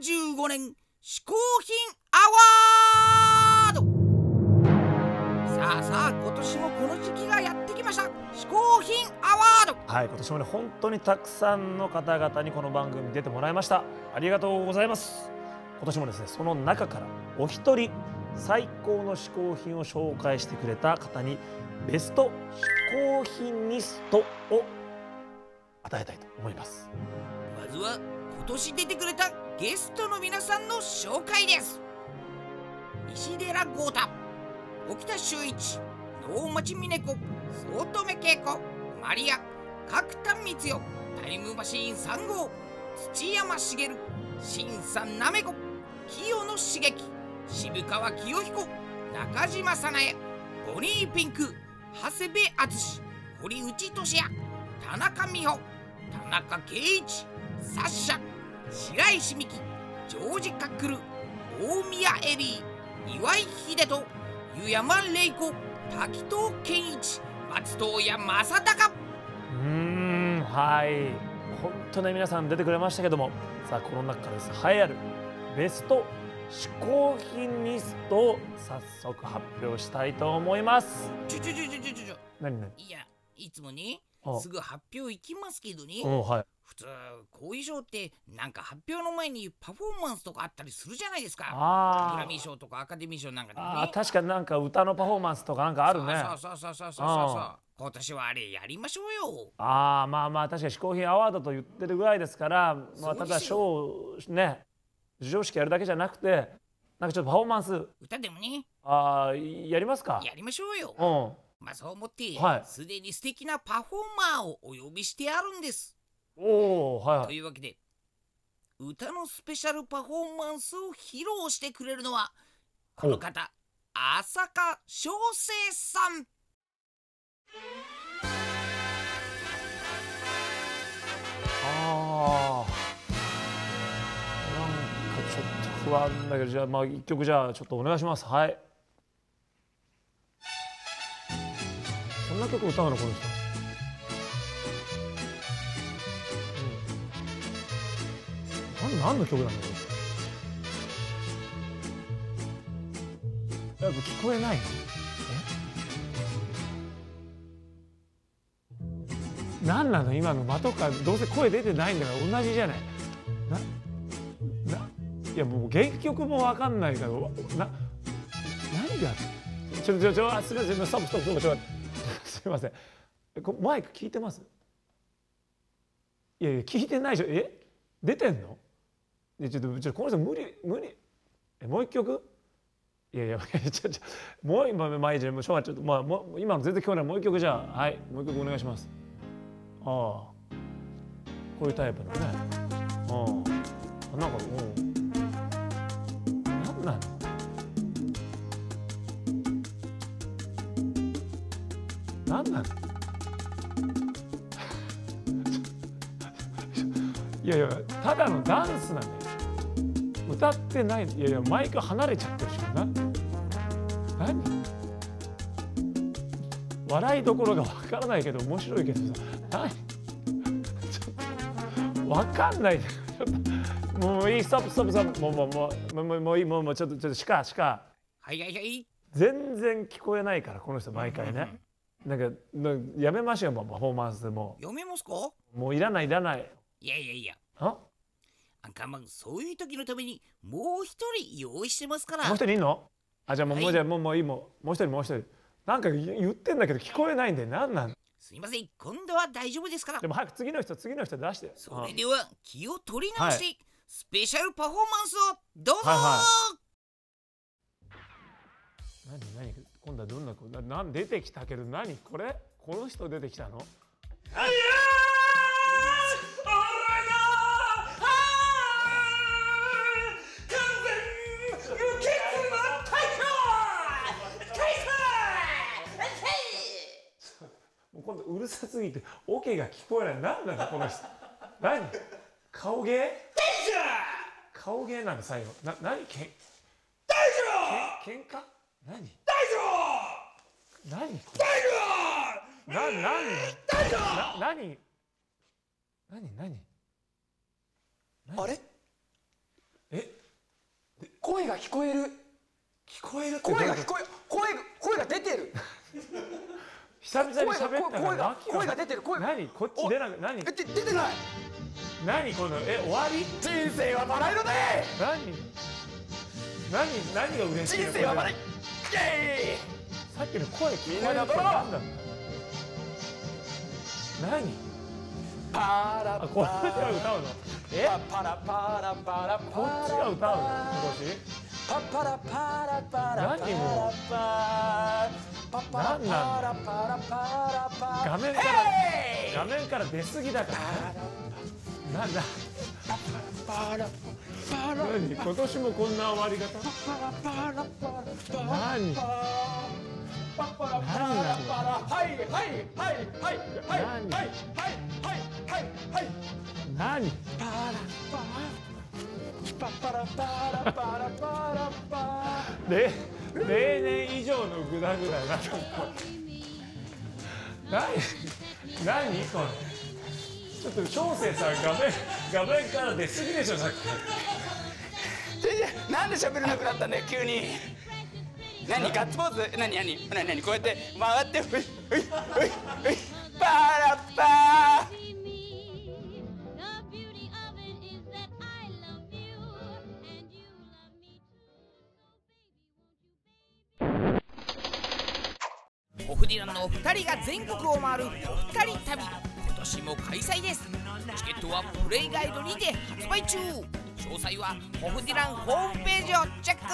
年嗜好品アワードさあさあ今年もこの時期がやってきました嗜好品アワードはい、今年もね、本当にたくさんの方々にこの番組に出てもらいました。ありがとうございます。今年もですね、その中からお一人、最高の嗜好品を紹介してくれた方に、ベスト嗜好品リストを与えたいと思います。まずは今年出てくれたゲストの皆さんの紹介です石寺豪太沖田修一能町峰子早乙女恵子マリア角田光代タイムマシーン3号土山茂新さんなめこ清野茂樹渋川清彦中島早苗ボニーピンク長谷部敦堀内俊也田中美穂田中圭一サッシャ白石美希ジョージ・カックル大宮エリー岩井秀人湯山玲子滝藤健一松任谷正隆うーん、はい。本当ね、皆さん出てくれましたけども、さあ、この中からですね、栄えあるベスト嗜好品リストを早速発表したいと思います。ちょちょちょちょちょちょ何何いやいつもねあすぐ発表行きますけどねうん、はい。普通後遺症ってなんか発表の前にパフォーマンスとかあったりするじゃないですかグラあミー賞とかアカデミー賞なんかでもねあー確かになんか歌のパフォーマンスとかなんかあるねそうそうそうそうそうそうそう今年はあれやりましょうよああまあまあ確かに嗜好品アワードと言ってるぐらいですから、まあ、そうたですよだ賞をね授賞式やるだけじゃなくてなんかちょっとパフォーマンス歌でもねあーやりますかやりましょうようんおまあそう思ってはいすで、に素敵なパフォーマーをお呼びしてあるんですおーはいとはいいうわけで歌のスペシャルパフォーマンスを披露してくれるのはこの方浅香翔生さんあーなんかちょっと不安だけどじゃあまあ一曲じゃあちょっとお願いしますはいこんな曲歌うのこの人うんなん何の曲なんだろうやっぱ聞こえないのえ何なの今の間とかどうせ声出てないんだから同じじゃないなないやもう原曲もわかんないからわな何がちょちょちょあすみませんストップストップストップすみませんえこマイク聞いてますいやいや聞いてないでしょえ出てんのいやちょっとちょこの人無理無理えもう一曲いやいや ちょちょもう今毎日もうしょうがないちょっとまあもう今の全然聞こえないもう一曲じゃあはいもう一曲お願いしますああこういうタイプのねああなんかうんなんなのなん なのいやいやただのダンスなんだよ歌ってないいやいやマイク離れちゃってるしな何笑いどころがわからないけど面白いけどさ何ちょっとわかんないちょっともういいストップストップストップもうもうもうもうもうもういいもうもうちょっとちょっとしかしかはいはいはい全然聞こえないからこの人毎回ねなんかなんかやめましょうもうパフォーマンスでも読めますかうもういらないいらないいやいやいやあもアンカーマンそういう時のためにもう一人用意してますからう一人いんのあじゃあもう、はいもうじゃあもうもういいもうもう一人もう一人なんか言言ってんだけど聞こえないんでなんなんすいません今度は大丈夫ですからでも早く次の人次の人出してそれでは気を取り直して、スペシャルパフォーマンスをどうぞ、はいは何何今度はどんな子ななん出てきたけど何これこの人出てきたのもう今度うるさすぎてオケが聞こえない何なのこの人何顔芸顔芸なの最後な何けんけん喧嘩何何これな何な何何何何あれえ声が聞こえる聞こえるってどう声いうがこ聞とこえる声が声が出てる久々に喋ったから訳声が声が声がわかんない出てる声が何こっち出なく何えで出てない何このえ終わり人生はバラ色で何何何が嬉しいの人生はこバラれイエさっきの声聞みんこなえるっ頑て張ろう何だ何ーイパラあパこっラちが歌うのえパラパラパラこっちが歌うの昔パパラパラパラパラ何もパパパラ何なパラパラパラパラ画面からヘイ画面から出過ぎだからななパラパラパラ何今年もこんな終わり方パラパラパラパラ何パパラパラパラはいはいはいはいはいはいはいはいはいはい何パラパラパパラパラパラパラパラで例年以上のグダグダなとこ何何これちょっと小生さん画面画面から出過ぎでしょさっき先生なんで喋れなくなったんだよ急に何ガッツポーズ何何何何こうやって回ってふいふいふいふいパラッパ The beauty of it is that I love you and you love me too. オフディランのお二人が全国を回るお二人旅今年も開催ですチケットはプレイガイドにて発売中詳細はオフディランホームページをチェック